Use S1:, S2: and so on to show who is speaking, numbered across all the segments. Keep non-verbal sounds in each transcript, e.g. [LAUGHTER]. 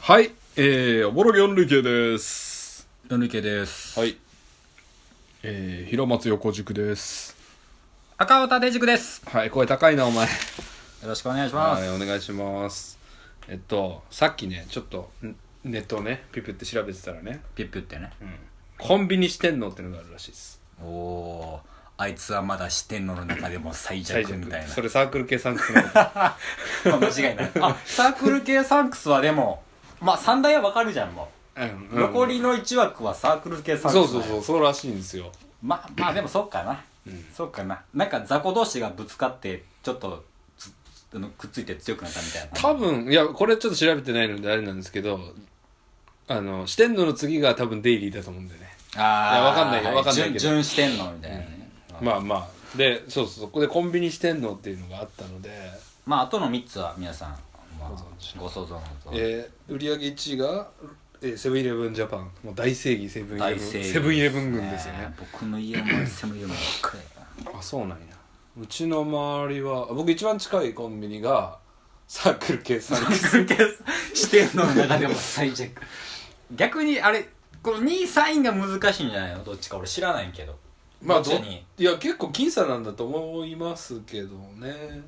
S1: はい、えー、おぼろげ4類型です。
S2: 四類型です。
S1: はい。えー、広松横軸です。
S2: 赤尾縦軸です。
S1: はい、声高いな、お前。
S2: よろしくお願いしま
S1: は
S2: す。
S1: い、お願いします。えっと、さっきね、ちょっと、んネットをね、ピピって調べてたらね、
S2: ピュッピュってね。
S1: コンビニ四天王ってのがあるらしいです。
S2: おおー、あいつはまだ四天王の中でも最弱みたい
S1: それサークル系サンクスの。 [LAUGHS] あ
S2: な。まあ間違
S1: [LAUGHS]
S2: いない。あ、サークル系サンクスはでも、まあ三大はわかるじゃん、も
S1: うん
S2: う。残りの一枠はサークル系サンクス。
S1: そうそうそう、。そうらしいんですよ。
S2: まあ、まあでもそっかな。そっかな。なんか雑魚同士がぶつかって、ちょっとつ、あのくっついて強くなったみたいな。
S1: 多分、いや、これちょっと調べてないのであれなんですけど、あの、四天王の次が多分デイリーだと思うんだよね。
S2: あー
S1: いやわかんないよわかんないけど
S2: 準準四天王みたいなね。
S1: まあまあでそうそうそこでコンビニ四天王っていうのがあったので、
S2: まあ、あとの3つは皆さん、まあご想像のこと。
S1: えー売り上げ1位が、えーセブンイレブンジャパンもう大正義セブンイレ
S2: 大
S1: ブン
S2: 成
S1: セブンイレブン軍ですよね
S2: 僕の家もセブンイレブンばっかりだ
S1: あそうなんやうちの周りは僕一番近いコンビニがサークル系 [LAUGHS] サークル
S2: 四天王の中でも最弱逆にあれこの2位3位が難しいんじゃないのどっちか俺知らないけど
S1: まあ
S2: ど
S1: ど
S2: っちに
S1: いや結構僅差なんだと思いますけどね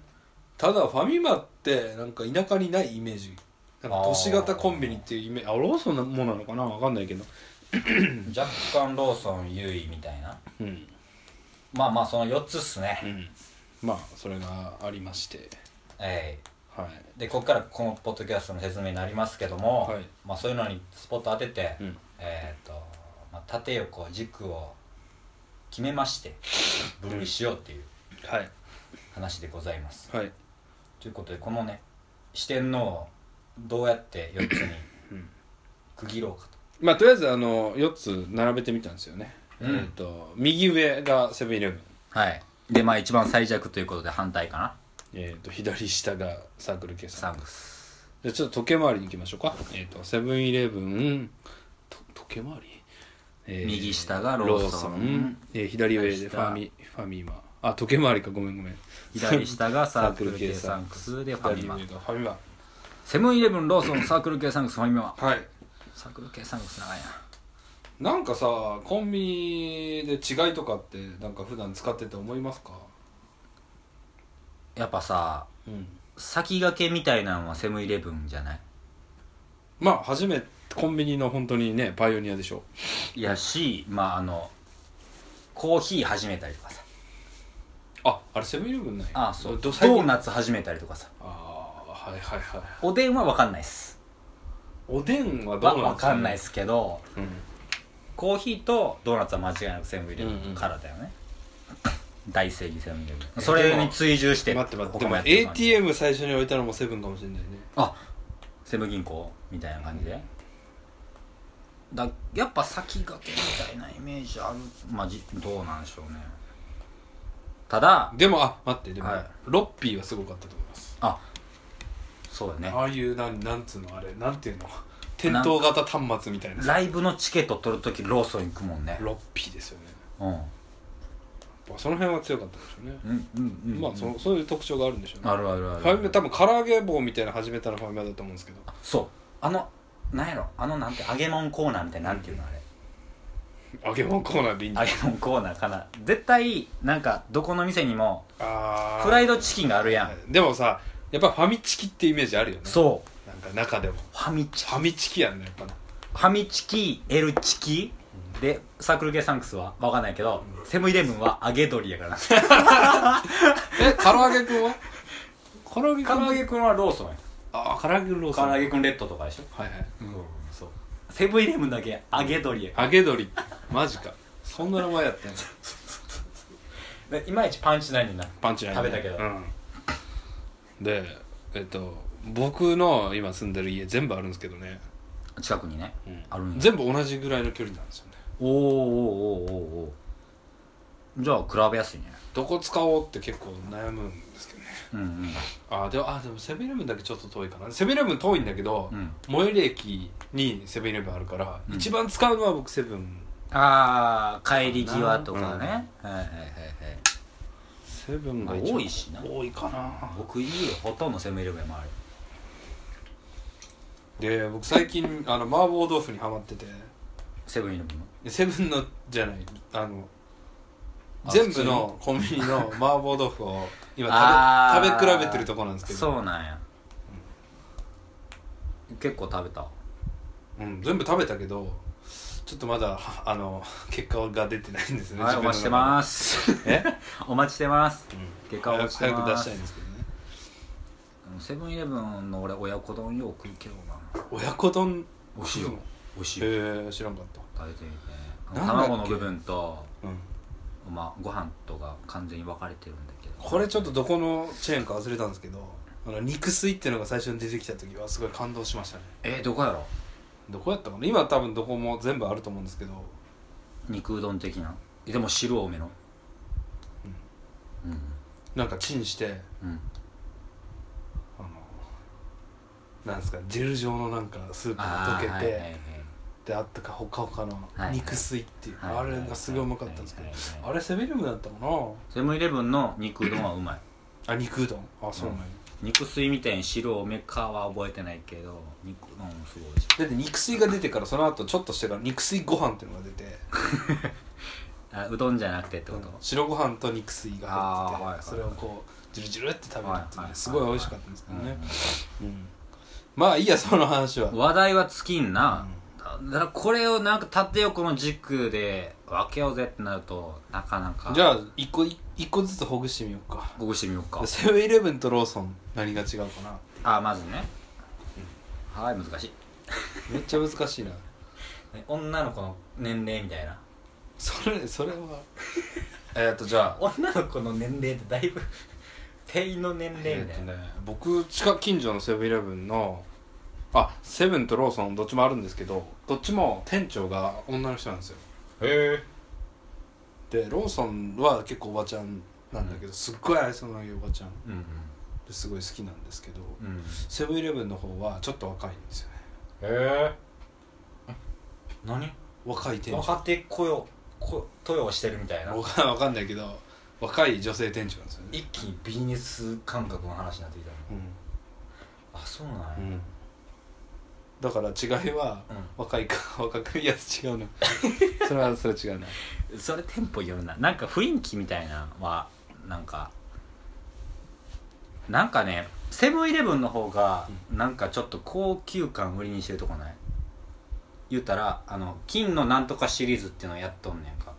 S1: ただファミマってなんか田舎にないイメージなんか都市型コンビニっていうイメージあローソンのものなのかなわかんないけど
S2: 若干ローソン優位みたいな
S1: うん
S2: まあまあその4つっすね、
S1: うん、まあそれがありまして
S2: ええ
S1: はい
S2: でここからこのポッドキャストの説明になりますけども、
S1: はい
S2: まあ、そういうのにスポット当てて、
S1: うん
S2: えっ、と、まあ、縦横軸を決めまして分離しようっていう
S1: はい
S2: 話でございます
S1: はい
S2: ということでこのね四天王をどうやって4つに
S1: うん
S2: 区切ろうか
S1: まあとりあえずあの4つ並べてみたんですよね、
S2: うん
S1: えっと右上がセブンイレブン
S2: とはいでまあ一番最弱ということで反対かな
S1: えっと左下がサークル計
S2: サ
S1: 算
S2: ングス
S1: じゃあちょっと時計回りに行きましょうかえっ、とセブンイレブンと時計回り、えー
S2: 右下がローソン
S1: ロえー左上で
S2: 左
S1: フ
S2: 下
S1: ァミファミマあ時計回りかごめんごめん
S2: 左下が [LAUGHS] サークル系
S1: サー
S2: サンクスでファミマ
S1: 左上がファミマ
S2: セブンイレブンローソンサークル系サンクスファミマ
S1: はい
S2: サークル系サンクス長いな
S1: なんかさコンビニで違いとかってなんか普段使ってて思いますか
S2: やっぱさ
S1: うん
S2: 先駆けみたいなのはセブンイレブンじゃない
S1: まあ初めてコンビニの本当にねパイオニアでしょ
S2: いやしまああのコーヒー始めたりとかさ
S1: ああれセブンイレブンない
S2: ああそうド
S1: ど最近
S2: ーナツ始めたりとかさ
S1: ああはいはいはい
S2: おでんは分かんないっす
S1: おでんはど
S2: わ
S1: うなん
S2: 分
S1: ですか、
S2: かんないっすけど
S1: うん、
S2: コーヒーとドーナツは間違いなくセブンイレブ
S1: うんうん
S2: ンからだ
S1: [COUGHS]
S2: よね、大正義セブンイレブ
S1: え
S2: ンそれに追従して
S1: 待って待ってでも
S2: 他もやってる感じ
S1: ATM 最初に置いたのもセブンかもしれないね
S2: あセブン銀行みたいな感じでだやっぱ先駆けみたいなイメージあるまあじどうなんでしょうねただ
S1: でもあ待ってでも、
S2: はい
S1: ロッピーはすごかったと思います
S2: あそうだね
S1: ああいうなんなんつうのあれなんていうの店頭型端末みたいな
S2: ライブのチケット取るときローソン行くもんね
S1: ロッピーですよね
S2: うんうん
S1: やっぱその辺は強かったでしょうね、
S2: うんうん
S1: まあそのそういう特徴があるんでしょうね
S2: あるあるある
S1: ファミマ多分唐揚げ棒みたいなの始めたのファミマだと思うんですけど
S2: そうあのなんやろあのなんて揚げ物コーナーみたいななんていうのあれ
S1: 揚げ物コーナーでいいんじゃ
S2: 揚
S1: ない
S2: げ物コーナーかな絶対なんかどこの店にも
S1: あー
S2: フライドチキンがあるやん
S1: でもさやっぱファミチキってイメージあるよね
S2: そう
S1: うなんか中でも
S2: ファミチ
S1: ファミチキやんねやっぱな
S2: ファミチキ L チキでサークル系サンクスはわかんないけどセブンイレブンは揚げ鶏や [LAUGHS] から
S1: え唐揚げくんは唐揚げくん
S2: 唐揚げくんはローソンや
S1: あー唐揚げローソ
S2: 唐
S1: ン
S2: 揚げくんレッドとかでしょ
S1: はいはい
S2: うんそうセブンイレブンだけ揚げ鶏や
S1: 揚げ鶏マジかそんな名前やったんや
S2: でいまいちパンチないねんな
S1: パンチラインね
S2: 食べたけど
S1: うんでえっと僕の今住んでる家全部あるんですけどね、
S2: 近くにね
S1: うん
S2: あるんや
S1: 全部同じぐらいの距離なんですよね
S2: おーおーおーおーおーじゃあ比べやすいね
S1: どこ使おうって結構悩むんですけどね
S2: うんうん
S1: あーでもあーでもセブンイレブンだけちょっと遠いかなセブンイレブン遠いんだけど、
S2: うん
S1: 最寄り駅にセブンイレブンあるから、
S2: うん
S1: 一番使うのは僕セブン
S2: ああ帰り際とかね、はいはいはいはい
S1: セブン
S2: が
S1: が
S2: 一番多いしな
S1: 多いかな
S2: 僕いいよほとんどセブンイレブンやもんある
S1: で僕最近 [LAUGHS] あの麻婆豆腐にハマってて
S2: セブンイレブンの
S1: でセブンのじゃないあの
S2: あ
S1: 全部のコンビニ
S2: [LAUGHS]
S1: の麻婆豆腐を今
S2: あ
S1: 食
S2: ー
S1: べ食べ比べてるとこなんですけど
S2: そうなんや、結構食べた
S1: う、ん、全部食べたけどちょっとまだはあの結果が出てないんですね、
S2: はいお待ちしてま
S1: [LAUGHS]
S2: すす
S1: え
S2: お待ちしてます
S1: うん
S2: 結果をお待ちして
S1: 早く出
S2: ま
S1: し
S2: す
S1: たいんですけどね
S2: セブンイレブンの俺親子丼よく食うけどな
S1: 親子丼
S2: お塩お
S1: へえ
S2: 塩
S1: 知らんかった
S2: 食べてみて
S1: なんだっけ
S2: 卵の部分と、
S1: うん
S2: まあ、ご飯とが完全に分かれてるんだけど
S1: これちょっとどこのチェーンか忘れたんですけどあの肉吸いっていうのが最初に出てきた時はすごい感動しましたね
S2: えーどこやろ
S1: どこやったかな今多分どこも全部あると思うんですけど
S2: 肉うどん的なでも汁多めの
S1: なんかチンして
S2: うんうん
S1: あのなんですかジェル状のなんかスープ
S2: あ
S1: が
S2: ー
S1: 溶
S2: は
S1: け
S2: い
S1: て、
S2: はいはい
S1: であったかほかほかの
S2: はい
S1: 肉吸いっていう、
S2: はいはい
S1: あれがすごいうまかったんですけど、
S2: はいはいはい
S1: あれセブンイレブンだったかな
S2: セブンイレブンの肉うどんはうまい
S1: あ肉うどんあそうなんや、
S2: 肉吸いみたいに汁多めかは覚えてないけど肉うどんもすごい美味しい
S1: だって肉吸いが出てからその後ちょっとしてから肉吸いご飯っていうのが出て
S2: あうどんじゃなくてってこと、
S1: 白ご飯と肉吸いが入ってて、
S2: あーはいはい
S1: それをこうジュルジュルって食べるっていう
S2: はい
S1: の
S2: はい
S1: がすごい美味しかったんですけどね、
S2: うん
S1: うんまあいいやその話は、
S2: 話題は尽きんな、だからこれをなんか縦横の軸で分けようぜってなるとなかなか
S1: じゃあ一個い一個ずつほぐしてみようか
S2: ほぐしてみようか
S1: セブンイレブンとローソン何が違うかな
S2: あまずねはい難しい
S1: めっちゃ難しいな
S2: え女の子の年齢みたいな
S1: それそれは
S2: [LAUGHS]
S1: えーっとじゃあ
S2: 女の子の年齢ってだいぶ [LAUGHS] 店員の年齢
S1: え
S2: み
S1: ー
S2: た
S1: っと
S2: いな、
S1: ね僕近近所のセブンイレブンのあセブンとローソンどっちもあるんですけどどっちも店長が女の人なんですよ
S2: へえ
S1: でローソンは結構おばちゃんなんだけど、すっごい愛想のいいおばちゃん
S2: うん
S1: ですごい好きなんですけど
S2: うんうんへ
S1: セブンイレブンの方はちょっと若いんですよね
S2: え何
S1: 若い店長
S2: 若手雇用雇雇用してるみたいな
S1: 僕は分かんないけど若い女性店長なんですよね
S2: 一気にビジネス感覚の話になってきたの
S1: う
S2: あそうなんや、
S1: ん、うん、だから違いは
S2: うん
S1: 若いか若くいや違 [LAUGHS] うなそれはそれ違うな
S2: それテンポ読むななんか雰囲気みたいなのはなんかなんかねセブンイレブンの方がなんかちょっと高級感売りにしてるとこない言うたらあの金のなんとかシリーズっていうのやっとんねんか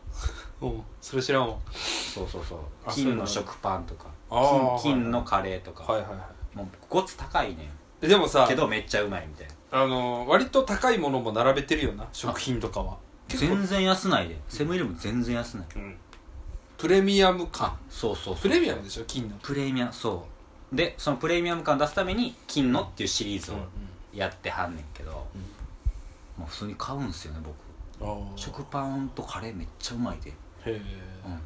S1: うんそれ知らんわ
S2: そうそうそう
S1: あ
S2: 金の食パンとか
S1: そういうのあー
S2: 金金のカレーとか、
S1: はいはいはい
S2: もうごつ高いね
S1: えでも
S2: ん
S1: さ
S2: けどめっちゃうまいみたいな
S1: あの割と高いものも並べてるよな食品とかは結構
S2: 全然安ないでセブンイレブン全然安ない
S1: うんプレミアム感
S2: そうそうそう
S1: プレミアムでしょ金の
S2: プレミアムそうでそのプレミアム感出すために金のっていうシリーズをやってはんねんけど、
S1: うん
S2: まあ普通に買うんすよね僕
S1: ああ
S2: 食パンとカレーめっちゃうまいで、
S1: へえ、
S2: うん
S1: あ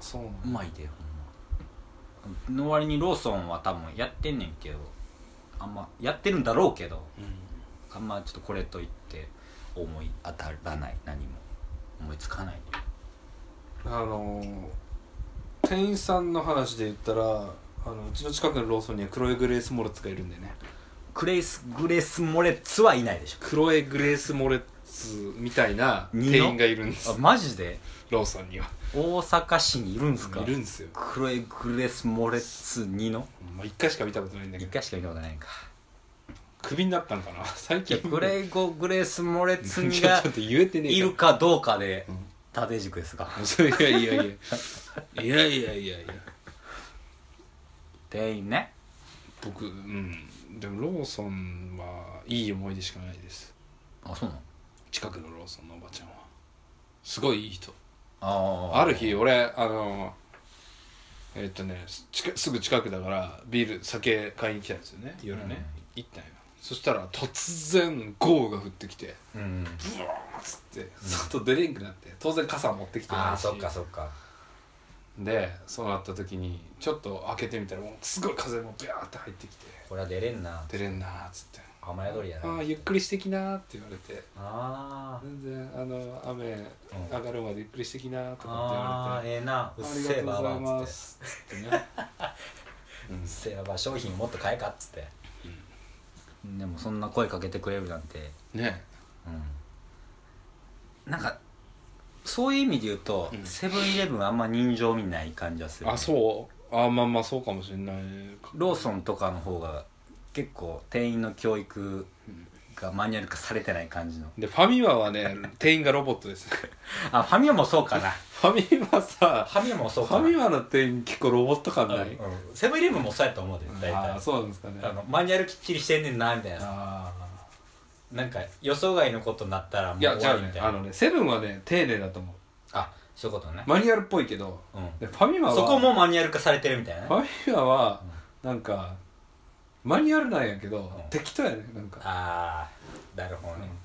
S1: そうなん
S2: う
S1: だ
S2: まいでほんまの割にローソンは多分やってんねんけどあんまやってるんだろうけど
S1: うん
S2: あんまちょっとこれといって思い当たらない何も思いつかない
S1: あのー店員さんの話で言ったらあのうちの近くのローソンにはクロエ・グレース・モレッツがいるんでね
S2: クレイスグレース・モレッツはいないでしょ
S1: クロエ・グレース・モレッツみたいな
S2: 二の
S1: 店員がいるんです
S2: あマジで
S1: ローソンには
S2: 大阪市にいるんすか
S1: いるんですよ
S2: クロエグレス・モレッツ2の
S1: まあ、1回しか見たことないんだけ
S2: 一
S1: ど
S2: 回しか見たことないん [LAUGHS] か
S1: クビになったのかな最
S2: いや
S1: 近
S2: クレイゴ・グレス・モレッツ
S1: い
S2: 2
S1: や [LAUGHS]
S2: [LAUGHS] が
S1: ちょっと言えてねえ
S2: いる
S1: か
S2: かどうかで
S1: うん
S2: 縦軸ですか
S1: そういやいやいやいやいやいやいや
S2: 店員ね
S1: 僕うんでもローソンはいい思い出しかないです
S2: あそうなの
S1: 近くのローソンのおばちゃんはすごいいい人
S2: あ
S1: ある日俺あのえっとねす近すぐ近くだからビール酒買いに来たんですよね夜ね、行ったんよそしたら突然豪雨が降ってきて
S2: うん
S1: ブワーッつって外出れんくなって当然傘持ってきて
S2: あ
S1: な
S2: あ
S1: いし
S2: そっかそっか
S1: でそうなった時にちょっと開けてみたらもうすごい風もビャーって入ってきて
S2: これは出れんな
S1: 出れんなーっつって
S2: 雨宿りや
S1: 「
S2: な
S1: ああゆっくりしてきな」って言われて
S2: あー
S1: 全然あの雨上がるまでゆっくりしてきなーとか
S2: あ
S1: って言われて
S2: ーええな
S1: 「
S2: うっ
S1: あ
S2: せえ
S1: りが
S2: ば
S1: とうござい
S2: ばっ
S1: ま
S2: つって
S1: す」っつってね
S2: うっせえば商品もっと買えかっつってでもそんな声かけてくれるなんて、
S1: ね
S2: うん、なんかそういう意味で言うと、
S1: うん
S2: セブンイレブンあんま人情味ない感じはする
S1: あそうあまあまあそうかもしれない
S2: ローソンとかの方が結構店員の教育がマニュアル化されてない感じの
S1: でファミマはね店員がロボットです [LAUGHS]
S2: あファミマもそうかな
S1: ファミマさ
S2: ファミマもそ
S1: フ
S2: うか
S1: ァ
S2: な
S1: ミマの店員結構ロボット感
S2: うん
S1: ない、
S2: うんセブンイレブンもそうやと思うで大
S1: あ
S2: 体
S1: ーそうなんですかね
S2: あのマニュアルきっちりしてんねんなみたいな
S1: あ
S2: なんか予想外のことになったらも
S1: ー
S2: う
S1: いや
S2: 終
S1: じ
S2: わ
S1: ゃあ
S2: りみ
S1: ね
S2: たいな
S1: あのねセブンはね丁寧だと思う
S2: あそういうことね、
S1: マニュアルっぽいけど
S2: うん
S1: でファミマは
S2: そこもマニュアル化されてるみたいな
S1: フ
S2: ね
S1: ァミマはなんかマニュアルなんやけど、
S2: ん
S1: 適当やねなんか
S2: ああなるほどね、うん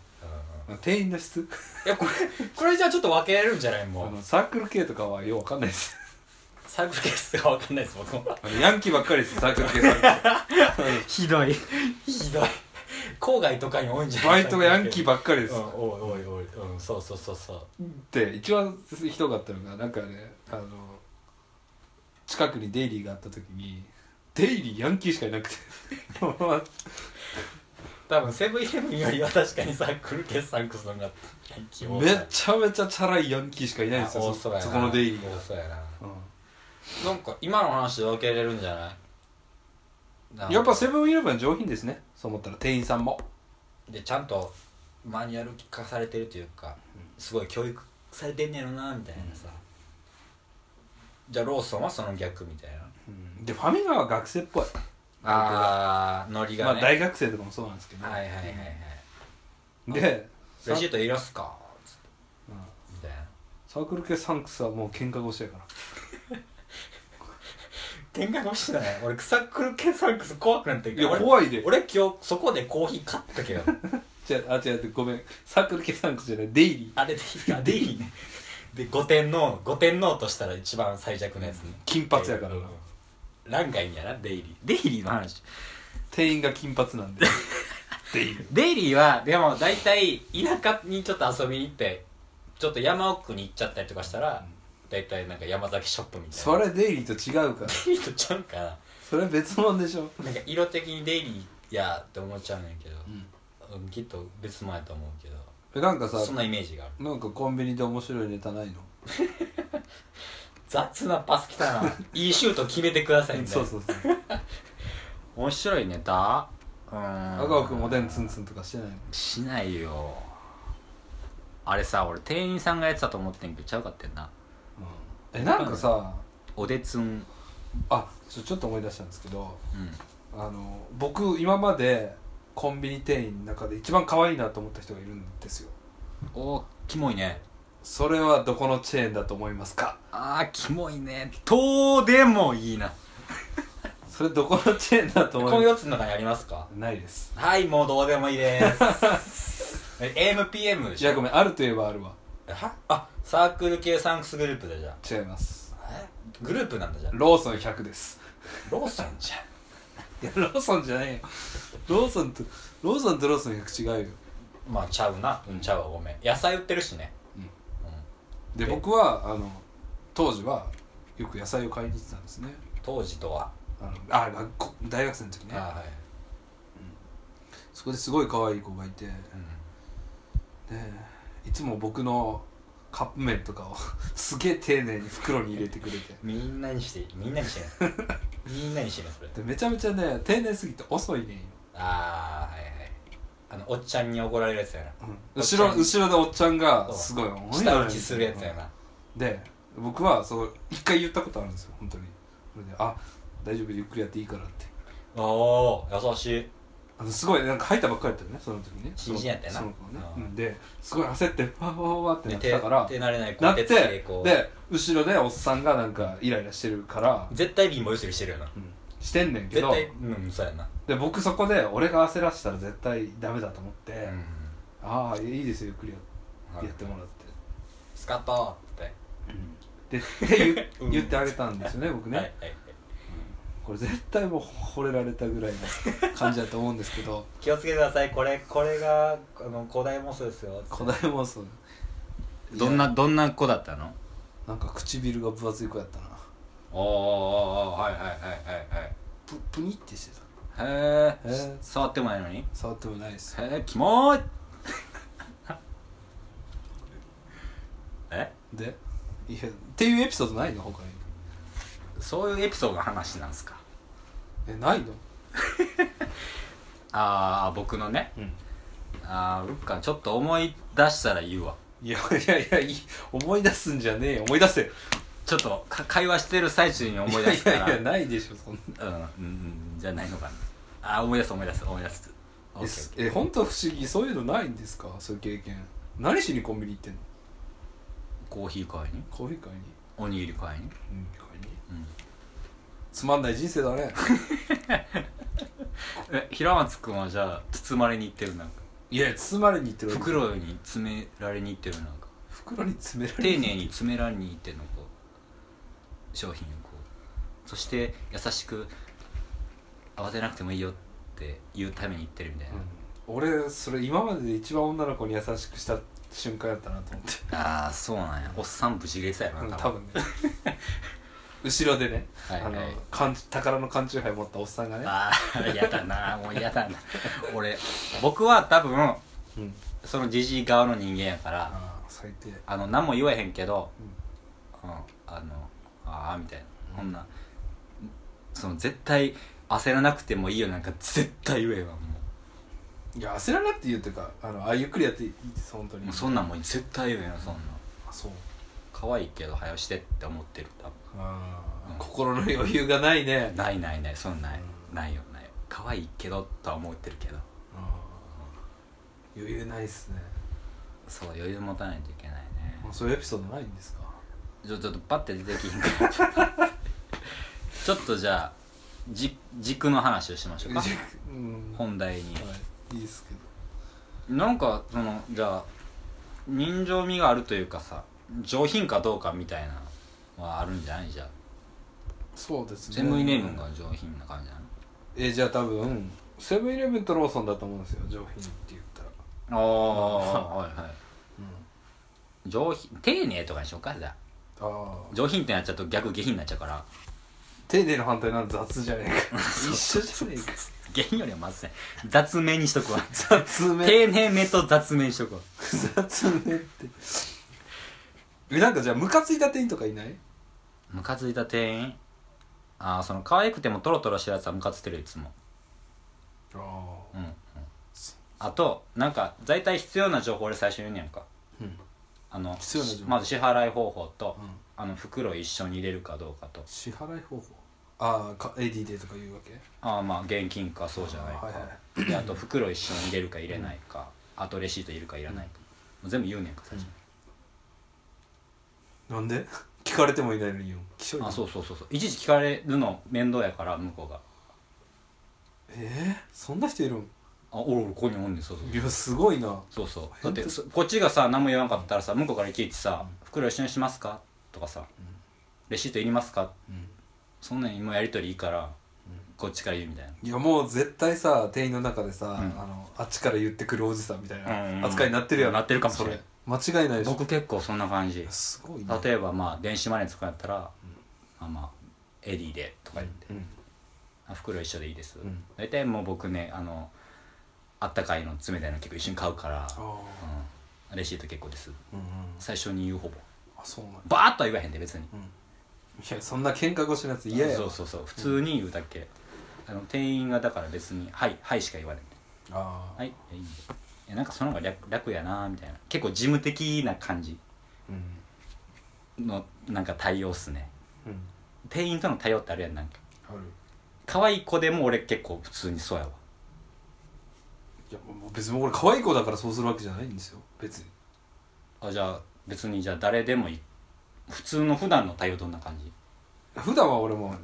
S1: 店員の質
S2: いやこれこれじゃあちょっと分けられるんじゃない
S1: あ
S2: もう
S1: のサークル系とかはようわかんないです
S2: サークルケースが分かんないです僕も
S1: ヤンキーばっかりですサークル系さ [LAUGHS] ん
S2: ひどいひどい郊外とかに多いんじゃな
S1: バ
S2: い
S1: イトがヤンキーばっかりです、
S2: うん
S1: っ
S2: おいおいおい、うん、そうそうそうそう
S1: て一番ひどかったのがなんかねあの近くにデイリーがあった時にデイリーヤンキーしかい [LAUGHS] なくて
S2: 多分セブンイレブンよりは確かにサークルケースサンクスの方がヤンキー多い
S1: めちゃめちゃチャラいヤンキーしかいないんですよ
S2: 多
S1: そ
S2: そうやな
S1: そこのデイリーが
S2: 多、そうやな
S1: う
S2: なんか今の話で分けられるんじゃないなん
S1: ん
S2: か
S1: やっぱセブンイレブン上品ですねそう思ったら店員さんも
S2: でちゃんとマニュアル化されてるというかすごい教育されてんねやろなみたいなさ、じゃあローソンはその逆みたいな
S1: でファミマは学生っぽい
S2: ああノリ
S1: ま
S2: が
S1: あ
S2: ね、
S1: 大学生とかもそうなんですけど、
S2: はいはいはいはい
S1: で
S2: レシートいらすかつって
S1: うん
S2: みたいな
S1: サークル系サンクスはもう喧嘩腰やから
S2: 喧嘩もしてない俺サークル系サンクス怖くなってる
S1: いや
S2: 俺
S1: 怖いで
S2: 俺今日そこでコーヒー買ったけど
S1: じゃあ違う違うごめんサークル系サンクスじゃないデイリー
S2: [LAUGHS] あれでいいあでいいねで五天王五天王としたら一番最弱のやつね
S1: 金髪やからな
S2: ランガインやなデイリーデイリーの話
S1: 店員が金髪なん
S2: [LAUGHS]
S1: でデイリー
S2: デイリーはでも大体田舎にちょっと遊びに行ってちょっと山奥に行っちゃったりとかしたら大体なんか山崎ショップみたいな
S1: それデイリーと違うから
S2: デイリーとちゃうか
S1: それ別物でしょ、
S2: ななんか色的にデイリーやって思っちゃうねんけど、
S1: ん、
S2: うん、きっと別もんやと思うけど
S1: えなんかさ
S2: そんなイメージがある
S1: なんかコンビニで面白いネタないの
S2: 雑なパス来
S1: [LAUGHS]
S2: たないいシュート決めてくださいみたい
S1: そ
S2: な
S1: うそうそう
S2: 面白いネタうん
S1: 赤尾君おでんツンツンとかしてないの
S2: しないよあれさ俺店員さんがやってたと思ってんけどちゃうかってんな
S1: えなんかさ
S2: おでつんうん
S1: あちょちょっと思い出したんですけどあの僕今までコンビニ店員の中で一番可愛いなと思った人がいるんですよ
S2: おーキモいね
S1: それはどこのチェーンだと思いますか
S2: あーキモいねとでもいいな
S1: それどこのチェーンだと
S2: こ
S1: 思
S2: の
S1: いま
S2: 4つの中にありますか
S1: すないです
S2: はいもうどうでもいいです [LAUGHS] え AMPM で
S1: い
S2: し
S1: や
S2: ょ
S1: ごめんあるといえばあるわ
S2: はあサークル系サンクスグループだじゃ
S1: 違います
S2: あえグループなんだじゃあ
S1: ローソン100です
S2: ローソンじゃん
S1: いやローソンじゃないよローソンとローソンとローソン100違うよ
S2: まあちゃうなうんちゃうわごめん野菜売ってるしね
S1: うん
S2: うん
S1: で僕はあの当時はよく野菜を買いに行ってたんですね
S2: 当時とは
S1: あのあ学校大学生の時ね
S2: あはい
S1: そこですごい可愛い子がいてね
S2: う
S1: いつも僕のカップ麺とかを [LAUGHS] すげえ丁寧に袋に入れてくれて
S2: んみんなにしてみんなにして [LAUGHS] ねみんなにしてねそれ
S1: でめちゃめちゃね丁寧すぎて遅いねんよ
S2: ああはいはいあのおっちゃんに怒られるやつやな
S1: 後ろ
S2: おっちゃん
S1: 後ろでおっちゃんがすごい
S2: 舌打ちするやつやな
S1: で僕はそう一回言ったことあるんですよ本当にそれで「あ大丈夫ゆっくりやっていいから」って
S2: おー優しい
S1: あのすごいなんか吐いたばっかりだったよねその時ね
S2: 新人やったよな
S1: その子ね
S2: う
S1: うんんですごい焦ってわわわわってな
S2: で
S1: って
S2: 手
S1: たから
S2: 手慣れない子
S1: なっ
S2: 手
S1: て
S2: つきでこう
S1: で後ろでおっさんがなんかイライラしてるから、
S2: 絶対貧乏ゆすりしてるよな
S1: うんしてんねんけ
S2: 絶
S1: ど
S2: 対うんそうやな
S1: で僕そこで俺が焦らせたら絶対ダメだと思って、
S2: うん
S1: ああいいですよゆっくりや
S2: はい
S1: やってもらって、
S2: スカッとって
S1: でって言,、
S2: [LAUGHS] うん
S1: 言ってあげたんですよね僕ね、
S2: はいはいはい
S1: これ絶対もう惚れられたぐらいの感じだと思うんですけど
S2: 気をつけてくださいこれこれがあの古代妄想ですよ
S1: 古代妄想
S2: [LAUGHS] どんなどんな子だったの
S1: なんか唇が分厚い子やったな
S2: おーおーおーおーはいはいはいはいはい
S1: ププニってしてた
S2: へえ
S1: へえ
S2: 触ってもないのにへ
S1: 触ってもないです
S2: えキモい [LAUGHS] え
S1: でいやっていうエピソードないの他に
S2: そういうエピソードの話なんですか
S1: えないの
S2: ああ僕のね
S1: うん
S2: ああ僕かちょっと思い出したら言うわ
S1: いやいやいやいい思い出すんじゃねえよ思い出せ
S2: ちょっとか会話してる最中に思い出すから
S1: やいやいやないでしょそんな
S2: うん、うん、じゃないのかなあー思い出す思い出す思い出すオッ
S1: え
S2: ケーオッケー
S1: え本当不思議そういうのないんですかそういう経験何しにコンビニ行ってんの
S2: コーヒー買いに
S1: コーヒー買いに
S2: おにぎり買いに、
S1: うん買いに
S2: うん、
S1: つまんない人生だ
S2: [LAUGHS]
S1: ね
S2: え平松君はじゃあ包まれに行ってるなんか
S1: いや包まれに行ってる
S2: 袋に詰められに行ってるなんか
S1: 袋に詰められ
S2: 丁寧に詰められに行ってるのこう商品をこうそして優しく慌てなくてもいいよって言うために行ってるみたいな、
S1: うん、俺それ今までで一番女の子に優しくした瞬間やったなと思って
S2: ああそうなんやおっさんぶち切れてたや
S1: う
S2: ろ
S1: ん
S2: な
S1: 多分
S2: [LAUGHS]
S1: ね後ろでね、
S2: はいはい
S1: あの缶宝の缶チューハイ持ったおっさんがね、
S2: ああ嫌だなもう嫌だな俺僕は多分
S1: うん、
S2: そのじじい側の人間やから
S1: ああ最低
S2: あの何も言わへんけど、うん、あのああみたいなこんなその絶対焦らなくてもいいよなんか絶対言えばも
S1: いや焦らなくて言うっていうかあのあゆっくりやっていいです本当
S2: う
S1: に
S2: もうそんなんもう絶対言えよそんな
S1: あそう
S2: 可愛いけど早よしてって思ってる多
S1: あー
S2: うん
S1: 心の余裕がないね
S2: 分ないないないそんなんない、
S1: うん
S2: ないよないよ可愛いけどとは思ってるけど
S1: 余裕ないっすね、
S2: そう余裕持たないといけないね
S1: まあ、そういうエピソードないんですか
S2: ちょちょっとパッて出てきひんからちょっとじゃあじ軸の話をしましょう
S1: [LAUGHS]
S2: か
S1: うんは
S2: 本題に
S1: いいいですけど
S2: なんかそのじゃあ人情味があるというかさ上品かどうかみたいなのはあるんじゃないじゃあ
S1: そうですね
S2: セブンイレブンが上品な感じな
S1: えーじゃあ多分セブンイレブンとローソンだと思うんですよ上品って言ったら、
S2: のああ [LAUGHS] はいはい
S1: うん、
S2: 上品丁寧とかにしようかじゃあ
S1: ああ
S2: 上品ってなっちゃうと逆下品になっちゃうから
S1: 丁寧の反対なら雑じゃね [LAUGHS] えか一緒じゃねえか
S2: 下品よりはまずね雑めにしとくわ
S1: 雑め
S2: 丁寧めと雑めにしとくわ
S1: 雑めってえなんかじゃあムカついた店員とかいない
S2: ムカついた店員ああその可愛くてもトロトロしたやつはムカついてるいつも
S1: ああ
S2: うんうんあとなんか大体必要な情報俺最初に言うねやんか
S1: うん
S2: あの
S1: 必要な情報
S2: まず支払い方法と、
S1: うん
S2: あの袋一緒に入れるかどうかと
S1: 支払い方法ああ AD でとか言うわけ
S2: ああまあ現金かそうじゃないか
S1: はいは
S2: であと袋一緒に入れるか入れないか、あとレシートいるかいらないか、もう全部言うねんか最初に、
S1: なんで [LAUGHS] 聞かれてもいないのによ気象
S2: あそうそうそうそういちいち聞かれるの面倒やから向こうが
S1: えー、そんな人いるん
S2: 「あおるおるここにおんねんそうそう
S1: いやすごいな
S2: そうそうだってそこっちがさ何も言わなかったらさ向こうから聞いてさ「袋一緒にしますか?」とかさ
S1: ん
S2: 「レシートいりますか?
S1: うん」
S2: そんなんもうやり取りいいからこっちから言うみたいない
S1: やもう絶対さ店員の中でさ、
S2: ん
S1: あのあっちから言ってくるおじさんみたい
S2: うんうん
S1: な扱いになってるやん、
S2: なってるかもしれん
S1: それ間違いないでしょ
S2: 僕結構そんな感じ
S1: すごいね
S2: 例えばまあ電子マネー使うんやったら「まあまあエディで」とか言って
S1: うん
S2: 「あ袋一緒でいいです
S1: ん」
S2: 大体もう僕ねあのあったかいの冷たいの結構一緒に買うから
S1: ああ
S2: うんレシート結構で
S1: う
S2: す
S1: んうん
S2: 最初に言うほぼ
S1: あそうなんだ
S2: バーッとは言わへんで別に
S1: うんいやそんな喧嘩腰のやつ嫌や
S2: そうそうそう普通に言うだけ、あの店員がだから別に「はいはい」しか言わない
S1: ああ
S2: はいいやいいんでいやなんかその方が楽楽やなみたいな結構事務的な感じ
S1: うん
S2: のなんか対応っすね
S1: うん
S2: 店員との対応ってあるやんなんか
S1: ある
S2: 可愛い子でも俺結構普通にそうやわ
S1: いやもう別に俺可愛い子だからそうするわけじゃないんですよ別に
S2: あじゃあ別にじゃあ誰でもいい普通の普段の対応どんな感じ
S1: 普段は俺も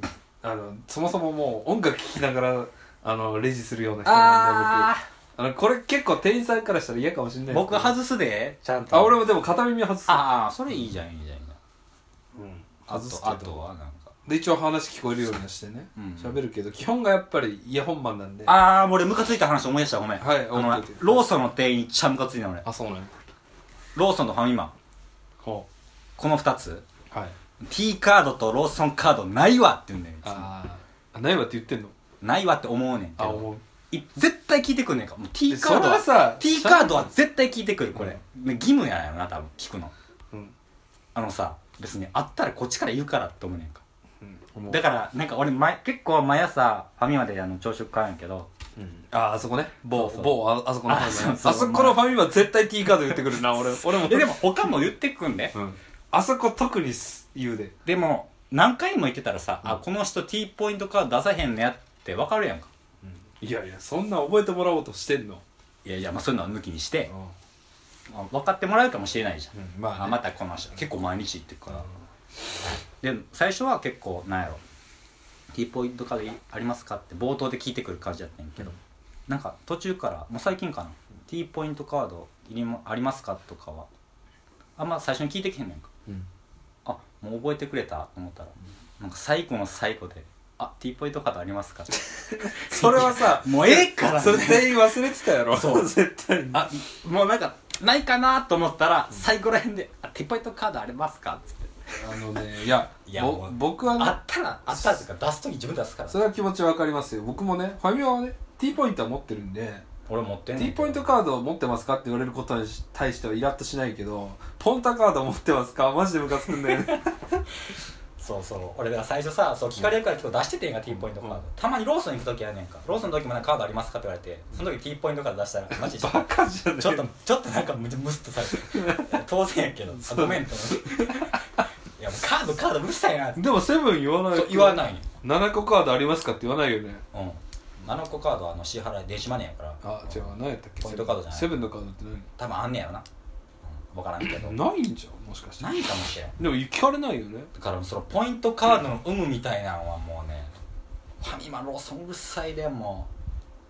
S1: あのそもそももう音楽聴きながらあのレジするような人なんで
S2: あ
S1: 僕あのこれ結構店員さんからしたら嫌かもしれない
S2: 僕
S1: は
S2: 外すでちゃんと
S1: あ俺もでも片耳外す
S2: ああそれいいじゃんいいじゃんいいじゃん
S1: うん
S2: あ
S1: 外すけど
S2: とあとはなんか
S1: で一応話聞こえるようにはしてね
S2: うん
S1: 喋、るけど基本がやっぱりイヤホンマンなんであ
S2: ああ俺ムカついた話思い出したごめん
S1: はい
S2: あの
S1: OK
S2: ローソンの店員めっちゃムカついた俺
S1: そうなんや
S2: ローソンとファミマ
S1: ほ
S2: この2つ
S1: うはい
S2: T カードとローソンカードないわって言うんだよいつも
S1: ああないわって言ってんの
S2: ないわって思うねんけ
S1: あ
S2: ど
S1: 思う
S2: い絶対聞いてくんねんかもう T
S1: で
S2: カード
S1: それ
S2: は
S1: はさ
S2: T カードは絶対聞いてくるこれ、ね義務やよな多分聞くの
S1: うん
S2: あのさ別にあったらこっちから言うからって思うねんか
S1: うん思う
S2: だからなんか俺前結構毎朝ファミマであの朝食買うんや
S1: [LAUGHS]
S2: けど
S1: うんああそこね某
S2: そうそう
S1: 某ああそこのファミマね
S2: あそうそう
S1: あそこのファミマ絶対 T カード言ってくるな俺俺も
S2: えでも他も言ってくんで、
S1: うんあそこ特にす言うで
S2: でも何回も言ってたらさ、あこの人 T ポイントカード出さへんねやって分かるやんか
S1: いやいやそんな覚えてもらおうとしてんの
S2: いやいやまあそういうのは抜きにして、
S1: う
S2: まあ分かってもらえるかもしれないじゃん、
S1: んまあね
S2: あまたこの人結構毎日行ってるか
S1: うん
S2: ら、で最初は結構なんやろ T ポイントカードありますかって冒頭で聞いてくる感じやったんやけど、
S1: うん
S2: なんか途中からもう最近かな T ポイントカードいりまありますかとかはあんま最初に聞いてけへんねんか
S1: うん
S2: あもう覚えてくれたと思ったら、なんか最後の最後で「あ T ポイントカードありますか?」って
S1: それは [LAUGHS] さ
S2: もうええからね
S1: それ全員忘れてたやろ
S2: そ
S1: [LAUGHS]
S2: う
S1: 絶対に
S2: あもうなんかないかなと思ったら、最後らへんで「あ T ポイントカードありますか?」っつって
S1: あのねいや
S2: いや
S1: ぼ
S2: もう
S1: 僕は
S2: あ
S1: ね
S2: ったらあったらっていうか出す時自分出すから
S1: それは気持ちわかりますよ僕もねファミマはね T ポイントは持ってるんで
S2: 俺持ってんね
S1: T
S2: んけど
S1: ポイントカードを持ってますかって言われることに対してはイラッとしないけどポンタカード持ってますかマジでムカつくんだよ
S2: [LAUGHS]
S1: ね
S2: そうそう俺が最初さそう聞かれるから今日出しててんが T ポイントカード、
S1: うん
S2: たまにローソン行く時やねんかローソンの時もなんかカードありますかって言われてその時 T ポイントカード出 [LAUGHS] したらマジでちょっ
S1: バカじゃねえ
S2: とちょっとちょっとなんかむむすっとされて当然やけどあ
S1: そう
S2: ごめんと思って [LAUGHS] いやもうカードカードうるさいなって
S1: でもセブン言わない
S2: そう言わないよ、
S1: 7個カードありますかって言わないよね
S2: うん、あの子カードはあの支払い電子マネーやから
S1: あ違う何やったっけ
S2: ポイントカードじゃない
S1: セブンのカードって何
S2: 多分あんねやろな、うん、分からんけど
S1: ないんじゃんもしかして
S2: ないかもしれん
S1: でも聞かれないよね
S2: だからそのポイントカードの有無みたいなのはもうねファミマローソンうるさいでも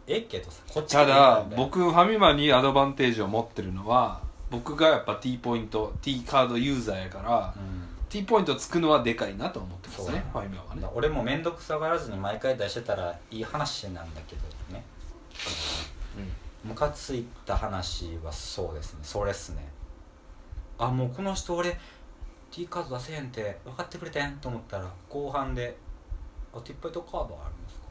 S2: うええけどさこっち
S1: た
S2: から
S1: だ
S2: 言うたらね
S1: 僕ファミマにアドバンテージを持ってるのは僕がやっぱ T ポイント T カードユーザーやから、
S2: うん、
S1: T ポイントつくのはでかいなと思ってま
S2: そ
S1: す
S2: うだ
S1: ね
S2: ね
S1: ファミマは
S2: だか
S1: ね
S2: ら俺も面倒くさがらずに毎回出してたらいい話なんだけどねムカついた話はそうですねそれっすねあもうこの人俺 T カード出せへんって分かってくれてんと思ったら後半で「あ T ポイントカードありますか?」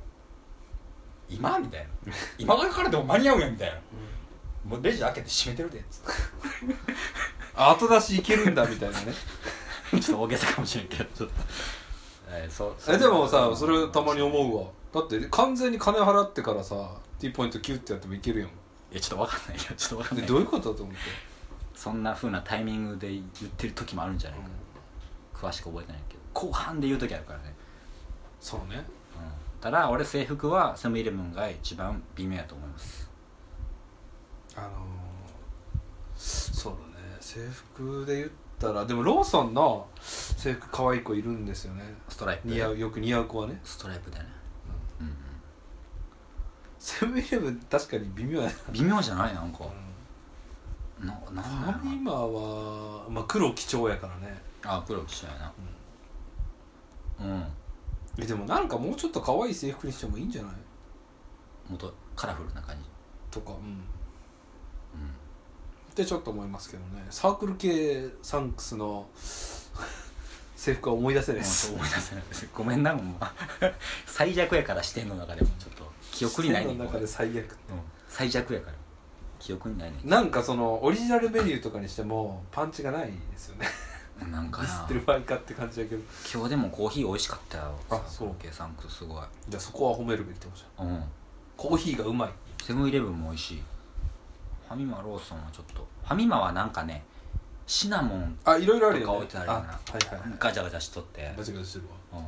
S2: 今みたいな [LAUGHS] 今からでも間に合うやんみたいなもうレジ開けて閉めてるでつって
S1: あ後出しいけるんだみたいなね
S2: ちょっと大げさかもしれんけどちょっと、 [LAUGHS] えー [LAUGHS] そ
S1: えでもさそれたまに思うわだって完全に金払ってからさ T ポイントキュッてやってもいけるやん
S2: いやちょっとわかんないよちょっとわかん
S1: で
S2: ない
S1: どういうことだと思って、
S2: そんなふうなタイミングで言ってる時もあるんじゃないか、詳しく覚えてないけど後半で言う時あるからね、
S1: そうね
S2: うん、ただ俺制服はセブンイレブンが一番微妙やと思います
S1: あのー、そうだね制服で言ったらでもローソンの制服可愛い子いるんですよね
S2: ストライプ
S1: 似合うよく似合う子はね
S2: ストライプだよね、うん
S1: セブンイレブン確かに微妙やな、
S2: うん、微妙じゃないなんかななんだ
S1: フ
S2: ろ
S1: ァ
S2: う
S1: ミマは、まあ、黒貴重やからね、
S2: なあ黒一緒やなうん
S1: えでもなんかもうちょっと可愛い制服にしてもいいんじゃない
S2: もっとカラフルな感じ
S1: とかうん
S2: う
S1: っ
S2: ん
S1: てちょっと思いますけどねサークル系サンクスの [LAUGHS] 制服は思い出せない
S2: もう
S1: で
S2: ちょっ
S1: す
S2: と思い出せないですごめんなもう [LAUGHS] 最弱やから視点の中でもちょっと記憶にないね
S1: 線
S2: ん
S1: の中で最悪
S2: うん最弱やから記憶にないねん
S1: なんかそのオリジナルメニューとかにしてもパンチがないですよね
S2: なんか
S1: ディス
S2: な
S1: ってる場合かって感じだけど
S2: 今日でもコーヒー美味しかったよ
S1: あそう
S2: 計算くすごい
S1: じゃあそこは褒めるべきとこじゃん
S2: うん
S1: コーヒーがうまい
S2: セブンイレブンも美味しいファミマローソンはちょっとファミマはなんかねシナモン
S1: あいろいろある
S2: とか
S1: よ
S2: 置い
S1: ね
S2: てある
S1: あ
S2: よ
S1: は
S2: ない
S1: はいはい
S2: ガチャガチャしとって
S1: ガチガチしてるわ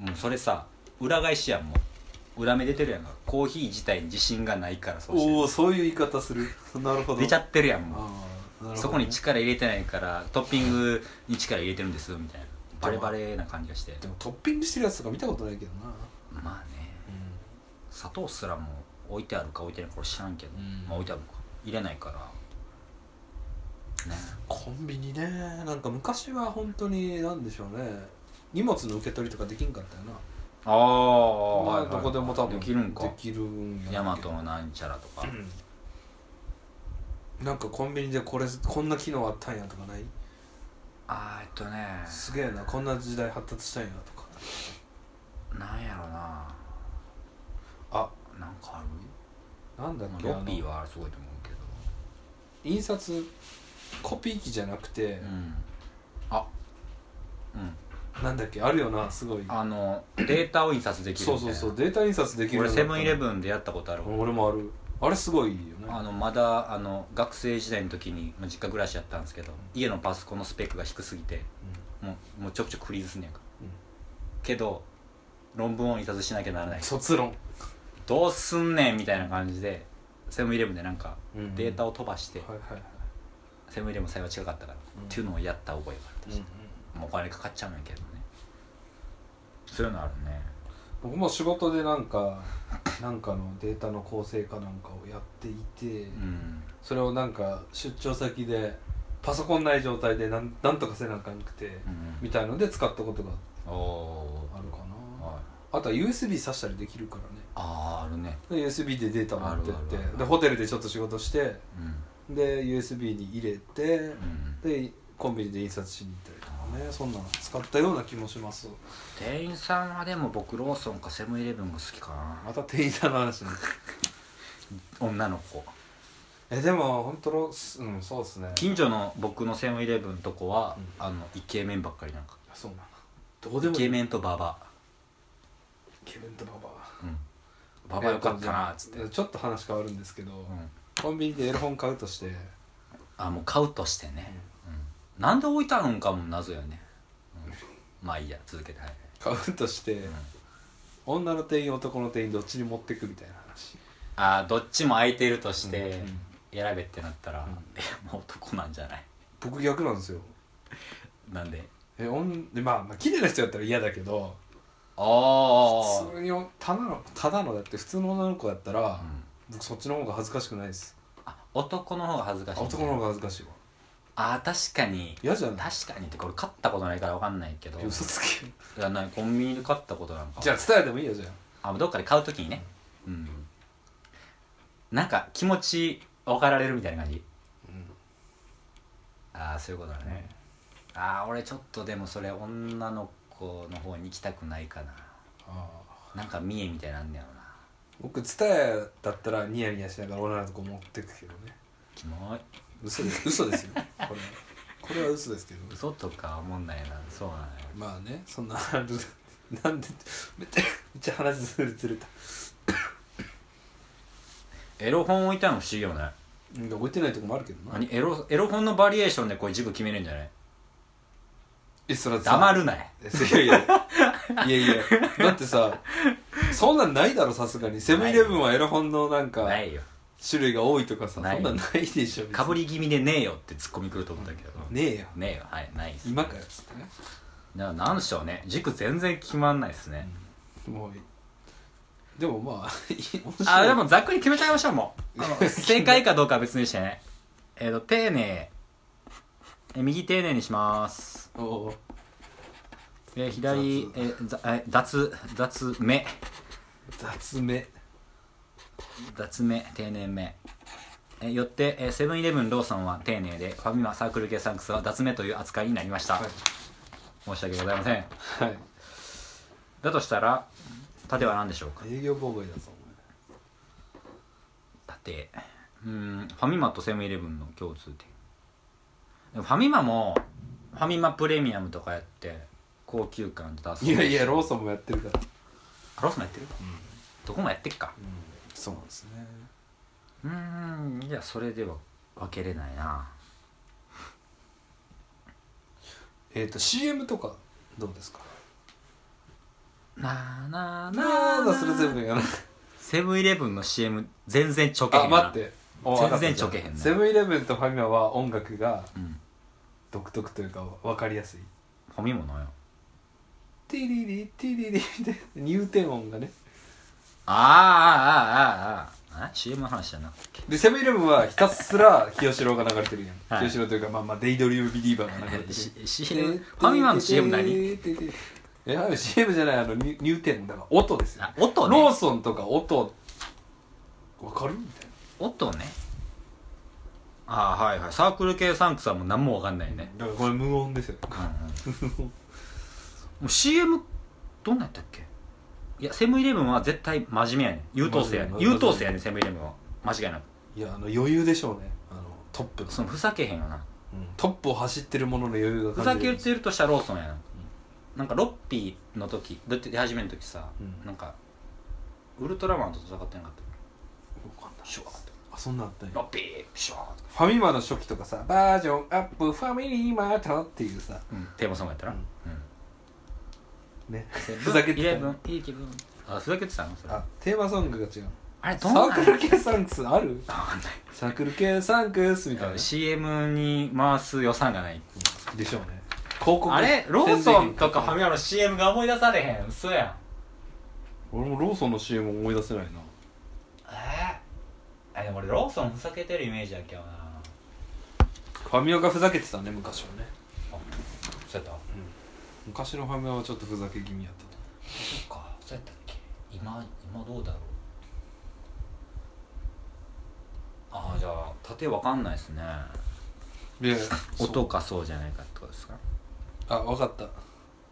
S2: うんもうそれさ裏返しやんもう裏目出てるやんかコーヒー自体に自信がないからそうして
S1: おおそういう言い方するなるほど
S2: る出ちゃ
S1: た
S2: ってるやんもう
S1: あ
S2: そこに
S1: ち
S2: 力入れてないからトッピングに力入れてるんですみたいなバレバレな感じがして
S1: でもトッピングしてるやつとか見たことないけどな
S2: まあね砂糖すらも置いてあるか置いてないかこれ知らんけど、
S1: うん
S2: まあ置いてあるのか入れないからね
S1: コンビニねなんか昔は本当になんでしょうね荷物の受け取りとかできんかったよな
S2: ああ、
S1: まあどこでも多分
S2: できるんか
S1: できるんや
S2: ヤマトのなんちゃらとか、
S1: なんかコンビニでこれこんな機能あったんやとかない
S2: あーえっとね
S1: すげえなこんな時代発達したんやとか
S2: なんやろなかあ
S1: なんだっ
S2: る
S1: けあ
S2: ロッ
S1: の
S2: ピーはすごいと思うけど
S1: 印刷コピー機じゃなくて
S2: う、んあうん
S1: なんだっけあるよなすごい
S2: あのデータを印刷できる
S1: そ
S2: み
S1: う
S2: たい
S1: そう
S2: な
S1: そうデータ印刷できる
S2: 俺セブンイレ
S1: ン
S2: ブンでやったことある
S1: 俺もあるあれすごいよね
S2: あのまだあの学生時代の時にまあ実家暮らしやったんですけど家のパソコンのスペックが低すぎてもうもうちょくちょくフリーズすんねやんか、
S1: うん
S2: けど論文を印刷しなきゃならな
S1: うん
S2: い
S1: 卒論
S2: どうすんねんみたいな感じでセブンイレブンでなんか
S1: うん
S2: データを飛ばして、
S1: はいはいはい
S2: セブンイレブン最後近かったから、
S1: うん
S2: っていうのをやった覚えがある、もうお金かかっちゃうんやけどねそういうのあるね
S1: 僕も仕事でなんかなんかのデータの構成かなんかをやっていて、
S2: うん
S1: それをなんか出張先でパソコンない状態でなんなんとかせなあかんくて
S2: うん
S1: みたいので使ったことが
S2: おお
S1: あるか
S2: ー、
S1: な
S2: はい、
S1: あとは USB 挿したりできるからね
S2: あーあるね
S1: で USB でデータ持ってって
S2: あるあるある
S1: でホテルでちょっと仕事して
S2: うん
S1: で USB に入れて
S2: うん
S1: でコンビニで印刷しに行ったりとかねそんなの使ったような気もします
S2: 店員さんはでも僕ローソンかセブンイレブンが好きかな
S1: また店員さんの話 [LAUGHS] ね
S2: 女の子
S1: えでも本当ロスうんそうですね
S2: 近所の僕のセブンイレブンとこは、
S1: うん
S2: あのイケメンばっかりなんか
S1: そうなのどうでも
S2: イ
S1: いい
S2: ケメンとババ
S1: イケメンとババア
S2: ア、うん、ババアよかったなっつって、
S1: えーちょっと話変わるんですけど、
S2: うん
S1: コンビニでエロ本買うとして
S2: あもう買うとしてね、うんなんで置いたのかも謎よね、うんまあいいや続けてはい、
S1: 買うとして、
S2: うん
S1: 女の店員男の店員どっちに持ってくみたいな話
S2: あーどっちも空いてるとして、
S1: うん
S2: 選べってなったら、
S1: うん
S2: えもう男なんじゃない
S1: 僕逆なんですよ
S2: なんで
S1: えおんでまあ、まあ綺麗な人やったら嫌だけど
S2: ああ
S1: 普通にただのただのだって普通の女の子やったら、
S2: うん
S1: 僕そっちの方が恥ずかしくないです
S2: あ男の方が恥ずかしい
S1: 男の方が恥ずかしいわ
S2: あー確かに
S1: 嫌じゃない
S2: 確かにってこれ買ったことないから分かんないけど
S1: いや嘘つけ
S2: いやないコンビニで買ったことなんか
S1: じゃあ伝えてもいいよじゃあ
S2: あどっかで買うときにねうんなんか気持ち分かられるみたいな感じああそういうことだねああ俺ちょっとでもそれ女の子の方に行きたくないかな
S1: あ
S2: なんか三重みたいなんねやろな
S1: 僕伝えだったらニヤニヤしながら女の子持ってくけどね
S2: キモい
S1: 嘘です嘘です
S2: [LAUGHS]
S1: よこれこれは嘘ですけど
S2: 嘘とかは思んないなそうなんや
S1: まあねそんな [LAUGHS] なんでめっちゃめっちゃ話ずれずれた
S2: エロ本置いたの不思議よね
S1: なんか置いてないとこもあるけどな
S2: 何エロエロ本のバリエーションでこれ自分決めれんじゃない
S1: えそれはさ
S2: 黙るなよ
S1: いやいやいやいやだってさそんなんないだろさすがにセブンイレブンはエロ本のなんか
S2: ないよ
S1: 種類が多いとかさそん
S2: ない
S1: なんないでしょ
S2: かぶ
S1: り
S2: り気味でねえよってツッコミくると思ったけど
S1: ねえよ
S2: ねえよはいないっす
S1: 今かよっつってね
S2: ななんでしょうね軸全然決まんないですね、
S1: もうでもまあ面白い
S2: あでもざっくり決めちゃいましょうも [LAUGHS] うあの正解かどうかは別にしてねえっ、と丁寧え右丁寧にします
S1: おお
S2: で左
S1: 雑
S2: えざえ雑雑目
S1: 雑目
S2: 雑目丁寧目えよってえセブンイレブンローソンは丁寧でファミマサークル系サンクスは雑目という扱いになりました、
S1: はい
S2: 申し訳ございません
S1: はい
S2: だとしたら縦は何でしょうか
S1: 営業妨害だぞ
S2: 縦うーんファミマとセブンイレブンの共通点でもファミマもファミマプレミアムとかやって高級感出
S1: お
S2: す
S1: 前いやいやローソンもやってるから
S2: あローソンやってる、どこもやってっか
S1: そうなんですね
S2: うーんいやそれでは分けれないな
S1: えっ、と CM とかどうですか
S2: なあなあな
S1: な
S2: あ
S1: んだそれ全部やらない
S2: セブンイレブンの CM 全然ちょけへ
S1: あ
S2: んな
S1: 待ってお
S2: 全然
S1: わかった
S2: ちょけへんな
S1: セブンイレブンとファミマは音楽が
S2: うん
S1: 独特というか分かりやすい
S2: ファミマのよ
S1: ティリリティリリで入店音がね
S2: あーあーあーあーあーあ CM の話じゃなくて
S1: でセブンイレブンはひたすら清志郎が流れてるやん、
S2: はい
S1: 清志郎というかまあまあデイドリュームビリーバーが流れてる
S2: し CM ファミマの CM 何
S1: えあ CM じゃないあの入入店音だから音ですよ、
S2: あ音ね
S1: ローソンとか音わかるみたいな
S2: 音ねああはいはいサークル系サンクスはもう何も分かんないね、
S1: だからこれ無音ですよ
S2: もう CM どんなんやったっけいやセブンイレブンは絶対真面目やねん優等生やねん
S1: 真面目
S2: 優等生やねんセブンイレブンは間違いなく
S1: いやあの余裕でしょうねあのトップの
S2: そのふざけへんよな
S1: うんトップを走ってるものの余裕が
S2: ふざ
S1: 感じ
S2: け
S1: る
S2: てるとしたらローソンやな、なんかロッピーの時出て出始めの時さ、
S1: うん
S2: なんかウルトラマンと戦ってなかった
S1: わかんない
S2: シュワーって
S1: あそんなんあったんや
S2: ロッピーシュワーって、
S1: ファミマの初期とかさバージョンアップファミリーマートっていうさ
S2: うん、テーマソングやったら、
S1: う
S2: うんん
S1: ね
S2: セブン
S1: ふざけ
S2: イ
S1: て
S2: レ
S1: た
S2: ブ
S1: の
S2: ンいい気分あふざけてたのそれ
S1: あ
S2: あ
S1: テーマソングが違う
S2: れど
S1: サ
S2: んな
S1: ークル系サンクスある
S2: わかんない
S1: サークル系サンクスみたいな
S2: CM に回す予算がない
S1: でしょうね広告
S2: あれローソンとかファミマの CM が思い出されへん嘘やん
S1: 俺もローソンの CM 思い出せないな
S2: ええあでも俺ローソンふざけてるイメージやけどな
S1: ファミマがふざけてたね昔はね
S2: そうやっ
S1: 昔のファミマはちょっとふざけ気味やった
S2: たそっかそうやったっけ今今どうだろうああじゃあ縦わかんないですね [LAUGHS]
S1: で
S2: 音かそうじゃないかってことですか
S1: あわかった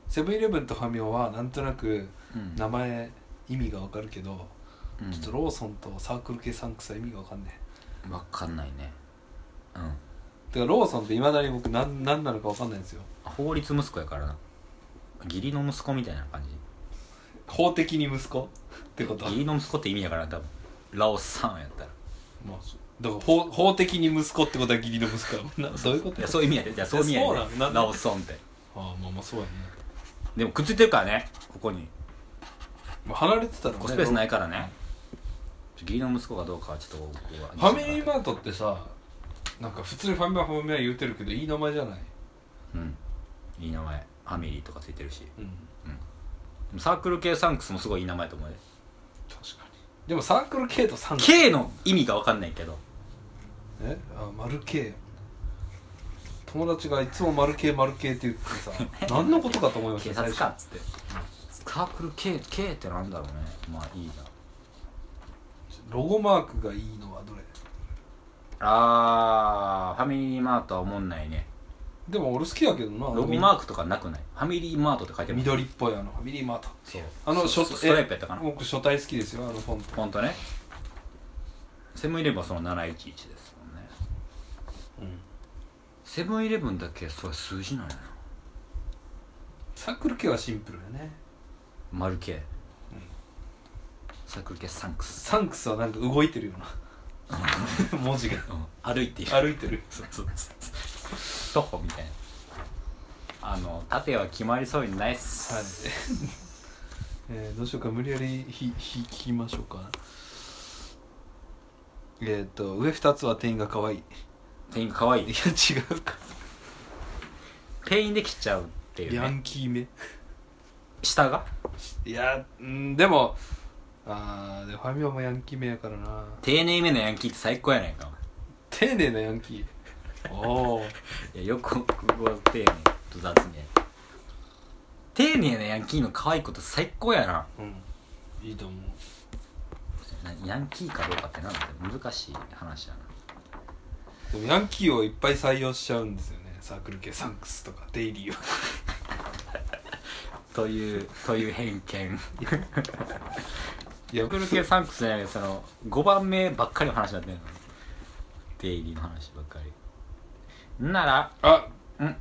S1: セブンイレブンとファミマはなんとなく
S2: うん
S1: 名前意味がわかるけど、
S2: うん
S1: ちょっとローソンとサークル系サンクスは意味がわかんね
S2: わかんないねうん
S1: えだからローソンっていまだに僕何何なのかわかんないんですよ
S2: 法律息子やからな義理の息子みたいな感じ
S1: 法的に息子ってこと
S2: 義理の息子って意味やから多分ラオスさんやった
S1: [LAUGHS]
S2: ら
S1: まあそうだから法法的に息子ってことは義理の息子やもんな [LAUGHS] そういうこと
S2: い
S1: や
S2: やそういう意味やでいやそういう意味や
S1: そうなのなん
S2: で
S1: で
S2: ラオスさんって
S1: ああまあまあそうやね、
S2: でもくっついてるからねここに
S1: まあ、離れてたらね
S2: コスペースないからね義理の息子かどうかはちょっと僕は
S1: ファミリーマートってさなんか普通にファミマファミマ言うてるけどいい名前じゃない、
S2: うんいい名前ファミリーとかついてるし
S1: うん、
S2: でもサークル系サンクスもすごいいい名前と思うで
S1: 確かにでもサークル K とサンクス
S2: K の意味が分かんないけど
S1: えあ丸 K 友達がいつも丸 K 丸 K って言ってさ
S2: [LAUGHS]
S1: 何のことかと思いまし
S2: 警
S1: た
S2: 察
S1: 最
S2: かっつってサークル K, K ってなんだろうねまあいいな
S1: 初ロゴマークがいいのはどれ
S2: あーファミリーマートは思んないね
S1: でも俺好きやけどな
S2: ロゴマークとかなくないファミリーマートって書いて
S1: あの
S2: る
S1: 緑っぽいあのファミリーマート
S2: そう
S1: あの
S2: そう
S1: ショット
S2: ストライプやったかな
S1: 僕書体好きですよあのフォント
S2: 本当ねセブンイレブンはその711ですもんねセブンイレブンだけそれ数字なんやな
S1: サークル K はシンプルやね
S2: 丸系、サークル系サンクス、
S1: サンクスはなんか動いてるよ
S2: [LAUGHS]
S1: うな文字が
S2: うん、歩いている
S1: 歩いてる
S2: そうそうそうそう徒歩みたいなあの縦は決まりそうにないっす、
S1: はい、えーどうしようか無理やりひひ引きましょうかえっ、と上2つは店員が可愛いい
S2: 店員かわい
S1: や違
S2: いう
S1: か
S2: 店員できちゃうっていう、
S1: ヤ
S2: ね、
S1: ンキーめ
S2: 下が
S1: いやうんでもあーでファミマもヤンキーめやからな
S2: 丁寧めのヤンキーって最高やないか
S1: 丁寧なヤンキーおお
S2: いやよく僕は丁寧と雑に丁寧なヤンキーの可愛いこと最高やな
S1: うんいいと思う
S2: なヤンキーかどうかってなんだって難しい話やな
S1: でもヤンキーをいっぱい採用しちゃうんですよねサークル系サンクスとかデイリーは
S2: というという偏見
S1: いや
S2: ヤクル系サンクスじゃないその5番目ばっかりの話になってんのデイリーの話ばっかりんなら
S1: あ
S2: うん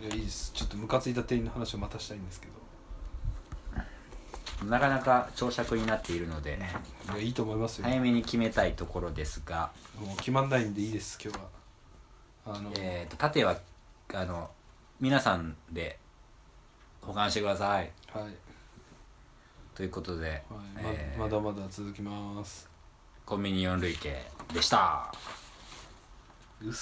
S1: いやいいですちょっとムカついた店員の話をまたしたいんですけ
S2: なかなか長尺になっているので
S1: どいやいいと思いますよ、
S2: 早めに決めたいところですが
S1: もう決まんないんでいいです今日はあの、
S2: えー、と縦はあの皆さんで保管してください
S1: はい、
S2: ということで、
S1: はいま
S2: えー
S1: まだまだ続きます
S2: コンビニ四類型でした
S1: 嘘